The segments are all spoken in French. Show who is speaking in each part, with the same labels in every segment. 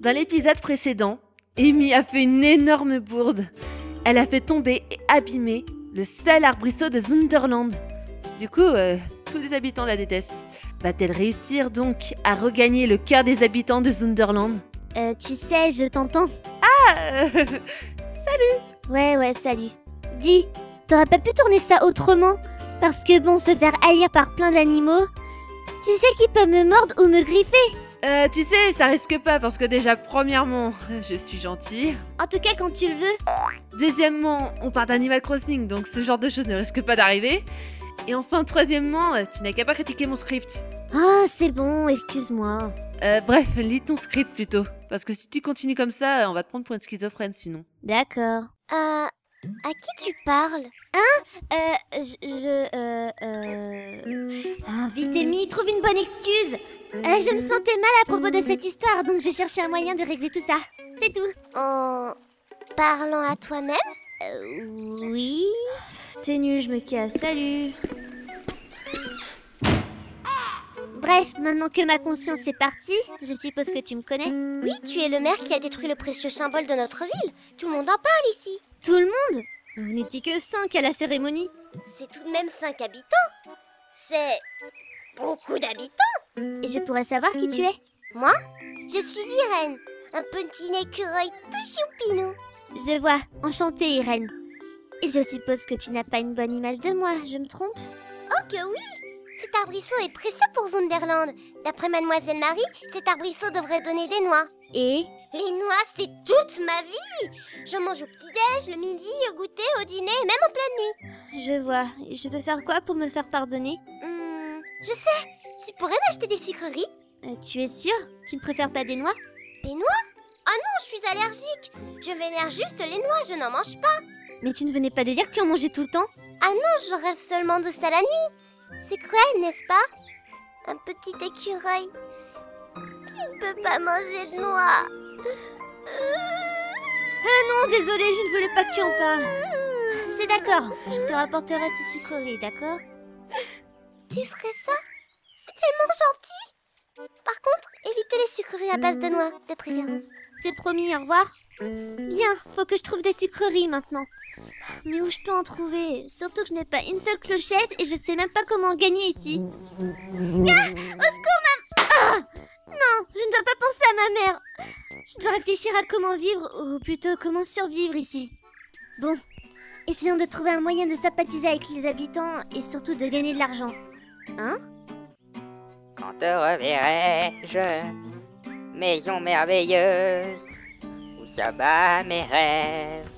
Speaker 1: Dans l'épisode précédent, Amy a fait une énorme bourde. Elle a fait tomber et abîmer le seul arbrisseau de Zunderland. Du coup, euh, tous les habitants la détestent. Va-t-elle réussir donc à regagner le cœur des habitants de Zunderland
Speaker 2: Euh, tu sais, je t'entends.
Speaker 1: Ah, euh,
Speaker 2: Ouais, ouais, salut. Dis, t'aurais pas pu tourner ça autrement Parce que bon, se faire haïr par plein d'animaux. Tu sais qu'ils peuvent me mordre ou me griffer.
Speaker 1: euh, Tu sais, ça risque pas parce que déjà, premièrement, je suis gentille.
Speaker 2: En tout cas, quand tu le veux.
Speaker 1: Deuxièmement, on part d'Animal Crossing, donc ce genre de choses ne risque pas d'arriver. Et enfin, troisièmement, euh, tu n'as qu'à pas critiquer mon script.
Speaker 2: Ah, c'est bon, excuse-moi.
Speaker 1: Euh, bref, lis ton script plutôt. Parce que si tu continues comme ça, euh, on va te prendre pour une schizophrène sinon.
Speaker 2: D'accord.
Speaker 3: Euh, à qui tu parles
Speaker 2: Euh, je. je euh, euh... Ah, vite, Amy, trouve une bonne excuse. Euh, je me sentais mal à propos de cette histoire, donc j'ai cherché un moyen de régler tout ça. C'est tout.
Speaker 3: En parlant à toi-même
Speaker 2: Euh, oui. T'es nul, je me casse. Salut. Bref, maintenant que ma conscience est partie, je suppose que tu me connais.
Speaker 3: Oui, tu es le maire qui a détruit le précieux symbole de notre ville. Tout le monde en parle ici.
Speaker 2: Tout le monde On n'était que cinq à la cérémonie.
Speaker 3: C'est tout de même cinq habitants. C'est beaucoup d'habitants.
Speaker 2: Et je pourrais savoir qui tu es.
Speaker 3: Moi, je suis Irène, un petit écureuil tout choupinou.
Speaker 2: Je vois. Enchantée, Irène. Et je suppose que tu n'as pas une bonne image de moi, je me trompe
Speaker 3: Oh que oui Cet arbrisseau est précieux pour Zonderland. D'après Mademoiselle Marie, cet arbrisseau devrait donner des noix.
Speaker 2: Et
Speaker 3: Les noix, c'est toute ma vie Je mange au petit-déj, le midi, au goûter, au dîner, et même en pleine nuit.
Speaker 2: Je vois. Je peux faire quoi pour me faire pardonner
Speaker 3: Hmm, je sais, tu pourrais m'acheter des sucreries
Speaker 2: Euh, Tu es sûre Tu ne préfères pas des noix
Speaker 3: Des noix Ah non, je suis allergique Je vénère juste les noix, je n'en mange pas
Speaker 2: Mais tu ne venais pas de dire que tu en mangeais tout le temps
Speaker 3: Non, je rêve seulement de ça la nuit C'est cruel, n'est-ce pas Un petit écureuil qui ne peut pas manger de noix
Speaker 2: Non, désolée, Oh, je ne voulais pas que tu en parles. C'est d'accord. Je te rapporterai ces sucreries, d'accord
Speaker 3: Tu ferais ça C'est tellement gentil Par contre, évitez les sucreries à base de noix, de préférence.
Speaker 2: C'est promis, au revoir. Bien, faut que je trouve des sucreries maintenant. Mais où je peux en trouver Surtout que je n'ai pas une seule clochette et je sais même pas comment en gagner ici. Ah Au secours, ma... Ah non, je ne dois pas penser à ma mère. Je dois réfléchir à comment vivre, ou plutôt comment survivre ici. Bon, essayons de trouver un moyen de sympathiser avec les habitants et surtout de gagner de l'argent. Hein
Speaker 4: Quand te reverrai-je, maison merveilleuse, où s'abat mes rêves,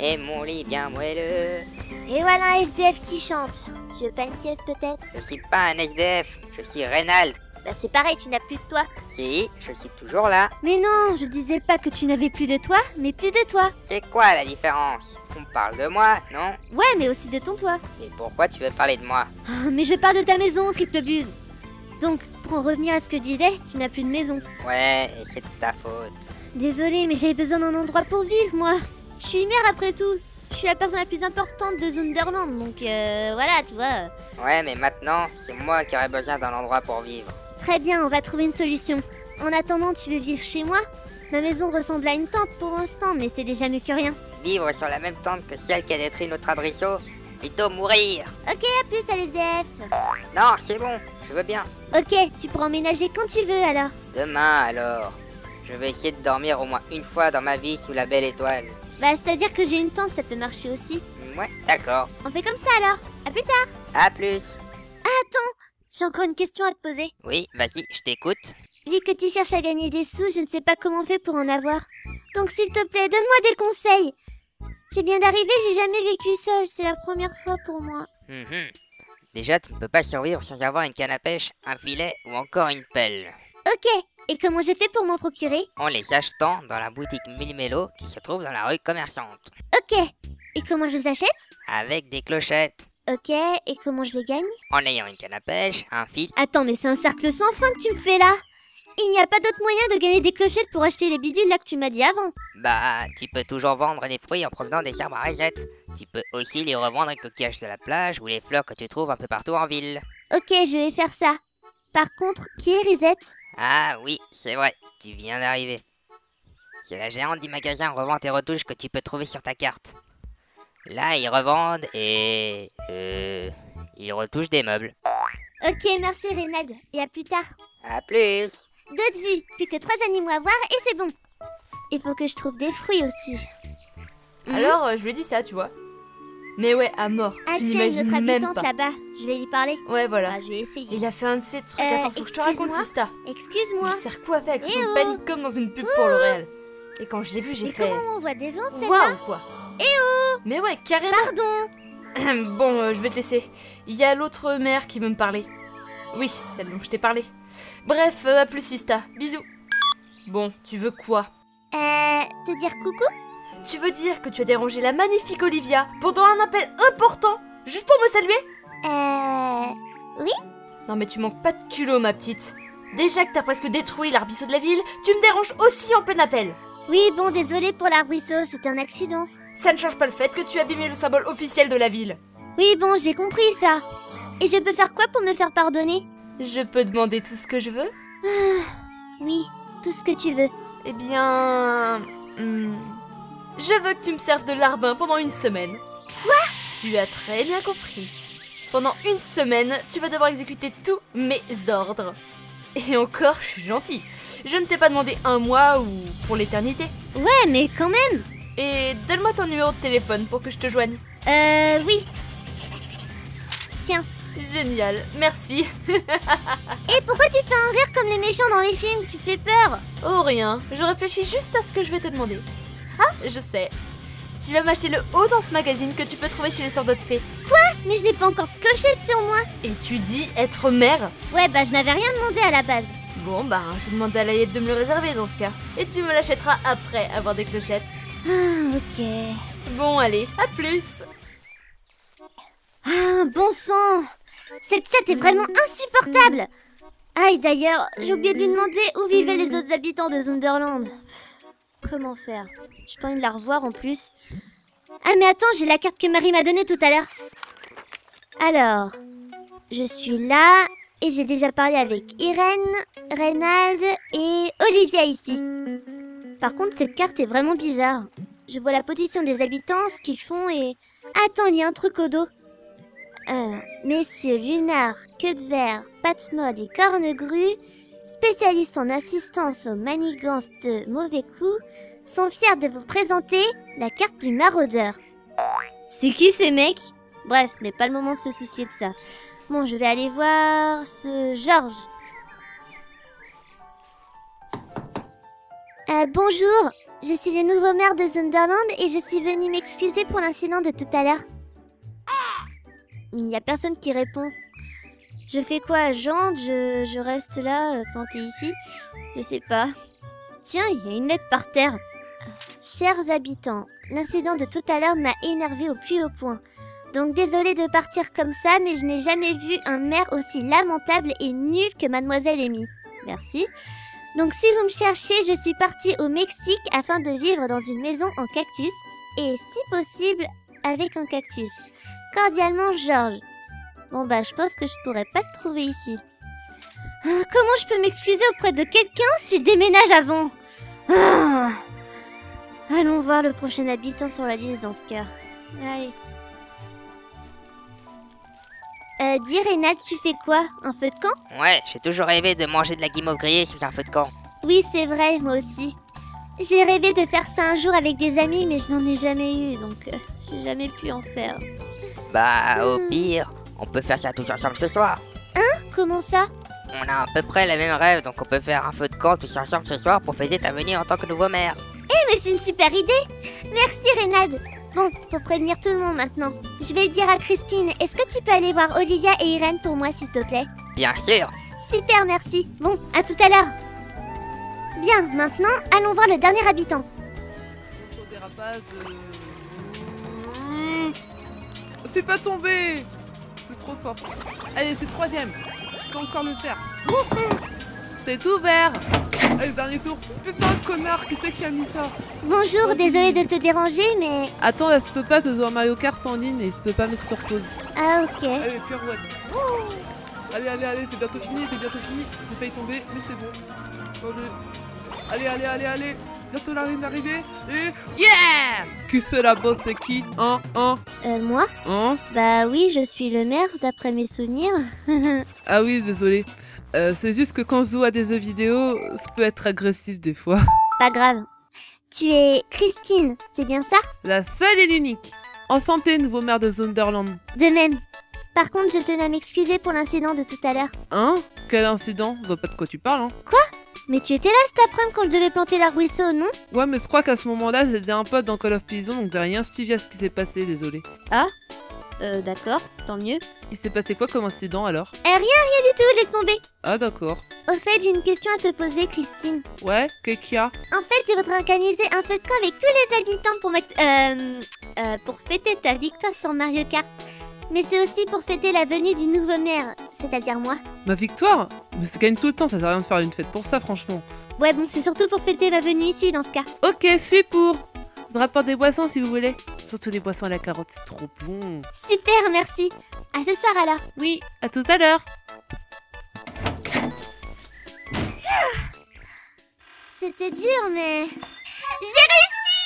Speaker 4: et mon lit bien moelleux.
Speaker 2: Et voilà un SDF qui chante. Tu veux pas une pièce peut-être
Speaker 4: Je suis pas un SDF, je suis Reynald.
Speaker 2: Bah c'est pareil, tu n'as plus de toi.
Speaker 4: Si, je suis toujours là.
Speaker 2: Mais non, je disais pas que tu n'avais plus de toi, mais plus de toi.
Speaker 4: C'est quoi la différence On parle de moi, non
Speaker 2: Ouais, mais aussi de ton toit.
Speaker 4: Et pourquoi tu veux parler de moi
Speaker 2: Ah, mais je parle de ta maison, triple buse. Donc, pour en revenir à ce que je disais, tu n'as plus de maison.
Speaker 4: Ouais, et c'est de ta faute.
Speaker 2: Désolée, mais j'avais besoin d'un endroit pour vivre, moi. Je suis mère après tout. Je suis la personne la plus importante de Zunderland, donc euh, voilà, tu vois.
Speaker 4: Ouais, mais maintenant, c'est moi qui aurais besoin d'un endroit pour vivre.
Speaker 2: Très bien, on va trouver une solution. En attendant, tu veux vivre chez moi Ma maison ressemble à une tente pour l'instant, mais c'est déjà mieux que rien.
Speaker 4: Vivre sur la même tente que celle qui a détruit notre abrisseau Plutôt mourir
Speaker 2: À plus à l'SDF.
Speaker 4: Non, c'est bon, je veux bien.
Speaker 2: Ok, tu pourras emménager quand tu veux alors.
Speaker 4: Demain alors, je vais essayer de dormir au moins une fois dans ma vie sous la belle étoile.
Speaker 2: Bah, c'est-à-dire que j'ai une tente, ça peut marcher aussi.
Speaker 4: Ouais, d'accord.
Speaker 2: On fait comme ça alors. À plus tard.
Speaker 4: À plus.
Speaker 2: J'ai encore une question à te poser.
Speaker 4: Oui, vas-y, je t'écoute.
Speaker 2: Vu que tu cherches à gagner des sous, je ne sais pas comment on fait pour en avoir. Donc s'il te plaît, donne-moi des conseils. Je viens d'arriver, j'ai jamais vécu seule, c'est la première fois pour moi.
Speaker 4: Mhm. Déjà, tu ne peux pas survivre sans avoir une canne à pêche, un filet ou encore une pelle.
Speaker 2: Ok, et comment j'ai fait pour m'en procurer
Speaker 4: En les achetant dans la boutique Millimélo qui se trouve dans la rue commerçante.
Speaker 2: Ok, et comment je les achète
Speaker 4: Avec des clochettes.
Speaker 2: Ok, et comment je les gagne
Speaker 4: En ayant une canne à pêche, un fil.
Speaker 2: Attends, mais c'est un cercle sans fin que tu me fais là Il n'y a pas d'autre moyen de gagner des clochettes pour acheter les bidules là que tu m'as dit avant.
Speaker 4: Bah, tu peux toujours vendre des fruits en provenant des arbres à raisettes. Tu peux aussi les revendre aux coquillages de la plage ou les fleurs que tu trouves un peu partout en ville.
Speaker 2: Ok, je vais faire ça. Par contre, qui est Risette
Speaker 4: Ah oui, c'est vrai, tu viens d'arriver. C'est la géante du magasin revente et retouche que tu peux trouver sur ta carte. Là, ils revendent et... Euh... Ils retouchent des meubles.
Speaker 2: Ok, merci Reynald, et à plus tard.
Speaker 5: À plus.
Speaker 2: D'autres vues, plus que trois animaux à voir et c'est bon. Il faut que je trouve des fruits aussi. Mhm.
Speaker 6: Alors, euh, je lui ai dit ça, tu vois. Mais ouais, à mort.
Speaker 2: Ah
Speaker 6: tu
Speaker 2: tiens, il y a
Speaker 6: n'imagines
Speaker 2: notre
Speaker 6: même
Speaker 2: habitante
Speaker 6: pas.
Speaker 2: là-bas. Je vais lui parler.
Speaker 6: Ouais, voilà.
Speaker 2: Ah, je vais essayer.
Speaker 6: Il a fait un de ces trucs.
Speaker 2: Euh,
Speaker 6: Attends, faut que je te raconte,
Speaker 2: excuse-moi.
Speaker 6: Sista. Il
Speaker 2: Excuse-moi.
Speaker 6: sert coiffé avec son
Speaker 2: Eh oh.
Speaker 6: panique comme dans une pub pour L'Oréal. Et quand je l'ai vu, j'ai
Speaker 2: Mais
Speaker 6: fait.
Speaker 2: comment on voit des vents, celle-là
Speaker 6: Waouh, quoi. Eh oh Mais ouais, carrément.
Speaker 2: Pardon
Speaker 6: bon, euh, je vais te laisser. Il y a l'autre mère qui veut me parler. Oui, celle dont je t'ai parlé. Bref, euh, à plus, Sista. Bisous. Bon, tu veux quoi
Speaker 2: Euh, te dire coucou
Speaker 6: Tu veux dire que tu as dérangé la magnifique Olivia pendant un appel important juste pour me saluer
Speaker 2: Euh...
Speaker 6: Non mais tu manques pas de culot ma petite. Déjà que t'as presque détruit l'arbisso de la ville, tu me déranges aussi en plein appel.
Speaker 2: Oui, bon, désolé pour l'arbrisseau, c'était un accident.
Speaker 6: Ça ne change pas le fait que tu as abîmé le symbole officiel de la ville.
Speaker 2: Oui, bon, j'ai compris ça. Et je peux faire quoi pour me faire pardonner
Speaker 6: Je peux demander tout ce que je veux
Speaker 2: Oui, tout ce que tu veux.
Speaker 6: Eh bien... hmm, je veux que tu me serves de larbin pendant une semaine. Quoi Tu as très bien compris. Pendant une semaine, tu vas devoir exécuter tous mes ordres. Et encore, je suis gentille. Je ne t'ai pas demandé un mois ou pour l'éternité.
Speaker 2: Ouais, mais quand même
Speaker 6: Et donne-moi ton numéro de téléphone pour que je te joigne.
Speaker 2: Euh, oui.
Speaker 6: Génial, merci.
Speaker 2: Et pourquoi tu fais un rire comme les méchants dans les films Tu fais peur
Speaker 6: Oh rien, je réfléchis juste à ce que je vais te demander. Ah, je sais. Tu vas m'acheter le haut dans ce magazine que tu peux trouver chez les sortes de fées.
Speaker 2: Mais je n'ai pas encore de clochette sur moi
Speaker 6: Et tu dis être mère
Speaker 2: Ouais, bah je n'avais rien demandé à la base.
Speaker 6: Bon, bah, je vais demander à Layette de me le réserver dans ce cas. Et tu me l'achèteras après avoir des clochettes.
Speaker 2: Ah, ok.
Speaker 6: Bon, allez, à plus
Speaker 2: Ah, bon sang Cette chatte est vraiment insupportable Ah, et d'ailleurs, j'ai oublié de lui demander où vivaient les autres habitants de Zunderland. Comment faire Je pas envie de la revoir en plus. Ah, mais attends, j'ai la carte que Marie m'a donnée tout à l'heure. Alors, je suis là et j'ai déjà parlé avec Irène, Reynald et Olivia ici. Par contre, cette carte est vraiment bizarre. Je vois la position des habitants, ce qu'ils font et... Attends, il y a un truc au dos. Euh, messieurs Lunar, Queue de Verre, Patte Molle et Cornegru, spécialistes en assistance aux manigances de mauvais coups, sont fiers de vous présenter la carte du maraudeur. C'est qui ces mecs Bref, ce n'est pas le moment de se soucier de ça. Bon, je vais aller voir ce Georges. Euh, bonjour, je suis le nouveau maire de Sunderland et je suis venu m'excuser pour l'incident de tout à l'heure. Il n'y a personne qui répond. Je fais quoi, Jean je, je reste là, euh, plantée ici Je sais pas. Tiens, il y a une lettre par terre. Chers habitants, l'incident de tout à l'heure m'a énervé au plus haut point. Donc désolé de partir comme ça, mais je n'ai jamais vu un maire aussi lamentable et nul que mademoiselle Amy. Merci. Donc si vous me cherchez, je suis partie au Mexique afin de vivre dans une maison en cactus et si possible avec un cactus. Cordialement, Georges. Bon bah, je pense que je pourrais pas le trouver ici. Ah, Comment je peux m'excuser auprès de quelqu'un si je déménage avant Ah. Allons voir le prochain habitant sur la liste dans ce cas. Allez. Euh, dis Reynald, tu fais quoi Un feu de camp
Speaker 4: Ouais, j'ai toujours rêvé de manger de la guimauve grillée sous un feu de camp.
Speaker 2: Oui, c'est vrai, moi aussi. J'ai rêvé de faire ça un jour avec des amis, mais je n'en ai jamais eu, donc euh, j'ai jamais pu en faire.
Speaker 4: Bah, au
Speaker 2: Hmm.
Speaker 4: pire, on peut faire ça tous ensemble ce soir.
Speaker 2: Comment ça
Speaker 4: On a à peu près les mêmes rêves, donc on peut faire un feu de camp tous ensemble ce soir pour fêter ta venue en tant que nouveau maire.
Speaker 2: Mais c'est une super idée Merci Reynald Bon, faut prévenir tout le monde maintenant. Je vais le dire à Christine. Est-ce que tu peux aller voir Olivia et Irène pour moi, s'il te plaît
Speaker 4: Bien sûr
Speaker 2: Super, merci. Bon, à tout à l'heure. Bien, maintenant, allons voir le dernier habitant.
Speaker 7: Mmh. C'est pas tombé C'est trop fort. Allez, c'est troisième. Je peux encore le faire. Wouhou C'est ouvert Allez, dernier tour. Putain, connard, qui c'est qui a mis ça
Speaker 2: Bonjour, désolé de te déranger, mais...
Speaker 7: Attends, elle se peut pas, te dois Mario Kart en ligne et il se peut pas mettre sur pause.
Speaker 2: Ah, ok.
Speaker 7: Allez, pirouette. Wouh Allez, allez, allez, c'est bientôt fini, c'est bientôt fini. J'ai failli tomber, mais c'est bon. Tant mieux. Allez, allez, allez, allez bientôt la ligne d'arrivée et... Yeah Qui c'est là-bas, c'est qui Hein Hein
Speaker 2: Euh, moi
Speaker 7: Hein
Speaker 2: Bah oui, je suis le maire d'après mes souvenirs.
Speaker 7: Ah oui, désolé. Euh, c'est juste que quand je joue à des jeux vidéo, ça peut être agressif des fois.
Speaker 2: Pas grave. Tu es Christine, c'est bien ça
Speaker 7: La seule et l'unique Enchantée, nouveau maire de Zonderland.
Speaker 2: De même. Par contre, je tenais à m'excuser pour l'incident de tout à l'heure.
Speaker 7: Hein Quel incident Je vois pas de quoi tu parles, hein.
Speaker 2: Mais tu étais là cet après-midi quand je devais planter la ruisseau, non
Speaker 7: Ouais, mais je crois qu'à ce moment-là, j'étais un pote dans Call of Prison, donc j'ai rien suivi à ce qui s'est passé, désolé.
Speaker 2: Euh, d'accord, tant mieux.
Speaker 7: Il s'est passé quoi comme incident alors
Speaker 2: Eh, rien, rien du tout, laisse tomber.
Speaker 7: Ah d'accord.
Speaker 2: Au fait, j'ai une question à te poser, Christine.
Speaker 7: Ouais, qu'est-ce qu'il y a
Speaker 2: En fait, je voudrais organiser un feu de camp avec tous les habitants pour, mettre- euh, euh, pour fêter ta victoire sur Mario Kart. Mais c'est aussi pour fêter la venue du nouveau maire, c'est-à-dire moi.
Speaker 7: Ma victoire Mais c'est gagne tout le temps, ça sert à rien de faire une fête pour ça, franchement.
Speaker 2: Ouais, bon, c'est surtout pour fêter ma venue ici dans ce cas.
Speaker 7: Ok, suis pour Je vous rapporte des boissons si vous voulez. Surtout des boissons à la carotte, c'est trop bon.
Speaker 2: Super, merci. À ce soir alors.
Speaker 7: Oui, à tout à l'heure.
Speaker 2: C'était dur, mais. J'ai réussi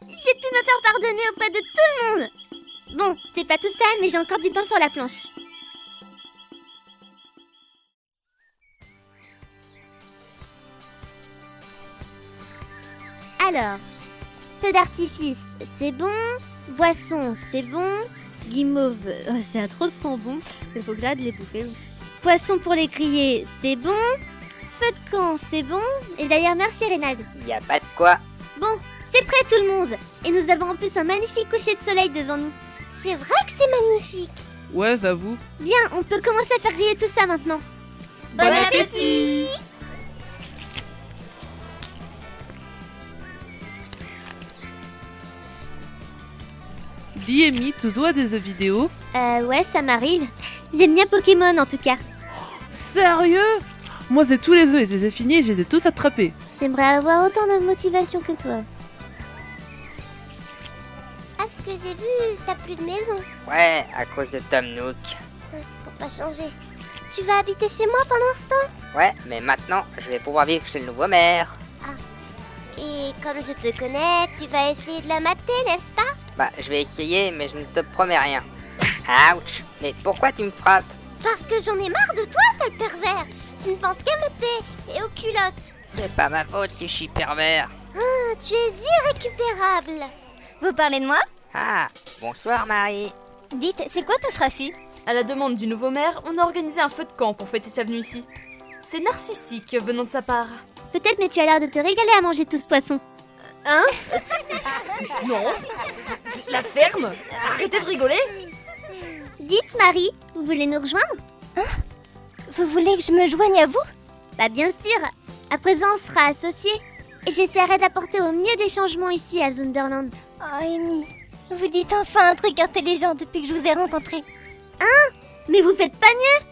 Speaker 2: J'ai pu me faire pardonner auprès de tout le monde Bon, c'est pas tout ça, mais j'ai encore du pain sur la planche. Alors, feu d'artifice, c'est bon. Boisson, c'est bon. Guimauve, euh, c'est atrocement bon. Il faut que j'arrête de les bouffer. Poisson pour les crier, c'est bon. Feu de camp, c'est bon. Et d'ailleurs, merci Reynald.
Speaker 4: Y a pas de quoi.
Speaker 2: Bon, c'est prêt tout le monde Et nous avons en plus un magnifique coucher de soleil devant nous.
Speaker 3: C'est vrai que c'est magnifique.
Speaker 7: Ouais, j'avoue.
Speaker 2: Bien, on peut commencer à faire griller tout ça maintenant.
Speaker 3: Bon appétit
Speaker 7: Dis Amy, tu joues à des jeux vidéo
Speaker 2: Euh, ouais, ça m'arrive. J'aime bien Pokémon en tout cas.
Speaker 7: Sérieux Moi j'ai tous les jeux, et je les ai finis et je les ai tous attrapés.
Speaker 2: J'aimerais avoir autant de motivation que toi.
Speaker 3: À ce que j'ai vu, t'as plus de maison.
Speaker 4: Ouais, à cause de Tom Nook.
Speaker 3: Pour pas changer. Tu vas habiter chez moi pendant ce temps
Speaker 4: Ouais, mais maintenant, je vais pouvoir vivre chez le nouveau maire.
Speaker 3: Et comme je te connais, tu vas essayer de la mater, n'est-ce pas
Speaker 4: Bah, je vais essayer, mais je ne te promets rien. Ouch Mais pourquoi tu me frappes
Speaker 3: Parce que j'en ai marre de toi, sale pervers Tu ne penses qu'à me thé et aux culottes
Speaker 4: C'est pas ma faute si je suis pervers.
Speaker 3: Ah, Tu es irrécupérable
Speaker 5: Vous parlez de moi
Speaker 4: Ah, bonsoir Marie.
Speaker 5: Dites, c'est quoi tout ce raffut
Speaker 6: À la demande du nouveau maire, on a organisé un feu de camp pour fêter sa venue ici. C'est narcissique venant de sa part.
Speaker 2: Peut-être, mais tu as l'air de te régaler à manger tout ce poisson.
Speaker 6: Hein Non La ferme Arrêtez de rigoler
Speaker 2: Dites, Marie, vous voulez nous rejoindre
Speaker 5: Hein? Vous voulez que je me joigne à vous
Speaker 2: Bah, bien sûr À présent, on sera associés. Et j'essaierai d'apporter au mieux des changements ici à Zunderland.
Speaker 5: Oh, Amy, vous dites enfin un truc intelligent depuis que je vous ai rencontré.
Speaker 2: Hein? Mais vous faites pas mieux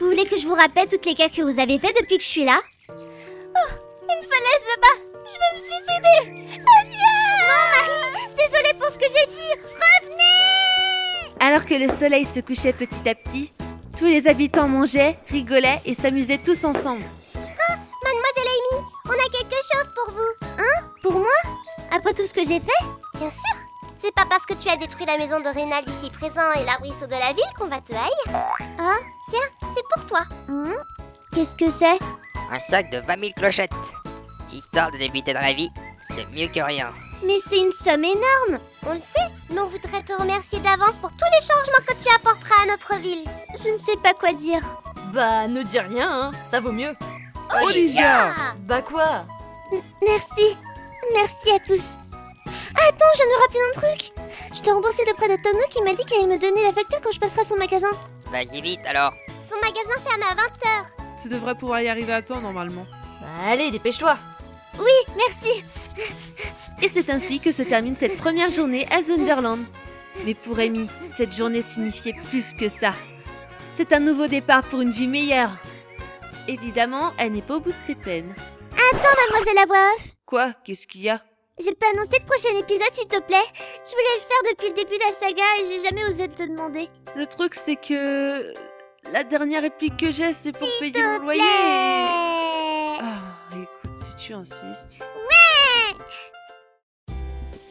Speaker 2: Vous voulez que je vous rappelle toutes les cas que vous avez fait depuis que je suis là
Speaker 5: Une falaise là-bas Je vais me suicider
Speaker 2: Désolée pour ce que j'ai dit
Speaker 1: Alors que le soleil se couchait petit à petit, tous les habitants mangeaient, rigolaient et s'amusaient tous ensemble.
Speaker 3: Mademoiselle Amy, on a quelque chose pour vous
Speaker 2: Pour moi Après tout ce que j'ai fait
Speaker 3: Bien sûr C'est pas parce que tu as détruit la maison de Reynald ici présent et l'arbuisseau de la ville qu'on va te haïr Ah, tiens, c'est pour toi Hein
Speaker 2: Qu'est-ce que c'est
Speaker 4: Un sac de 20 000 clochettes. Histoire de débuter dans la vie, c'est mieux que rien.
Speaker 2: Mais c'est une somme énorme
Speaker 3: On le sait, mais on voudrait te remercier d'avance pour tous les changements que tu apporteras à notre ville
Speaker 2: Je ne sais pas quoi dire.
Speaker 6: Bah, ne dis rien, hein, ça vaut mieux.
Speaker 7: Olivia
Speaker 3: Ah,
Speaker 6: Bah quoi
Speaker 2: Merci. Merci à tous. Attends, je me rappelle un truc. Je t'ai remboursé le prêt de Tono qui m'a dit qu'il allait me donner la facture quand je passerai à son magasin.
Speaker 4: Vas-y vite alors.
Speaker 3: Son magasin ferme à 20h
Speaker 7: Tu devrais pouvoir y arriver à temps normalement.
Speaker 6: Bah allez, dépêche-toi
Speaker 2: Merci.
Speaker 1: Et c'est ainsi que se termine cette première journée à Zunderland. Mais pour Amy, cette journée signifiait plus que ça. C'est un nouveau départ pour une vie meilleure. Évidemment, elle n'est pas au bout de ses peines.
Speaker 2: Mademoiselle la voix off.
Speaker 1: Quoi Qu'est-ce qu'il y a
Speaker 2: J'ai pas annoncé le prochain épisode, s'il te plaît. Je voulais le faire depuis le début de la saga et j'ai jamais osé te demander.
Speaker 1: Le truc, c'est que. La dernière réplique que j'ai, c'est pour payer mon loyer.
Speaker 2: Plaît.
Speaker 1: Ah, écoute, si tu insistes.
Speaker 2: Ouais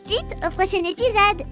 Speaker 2: Suite au prochain épisode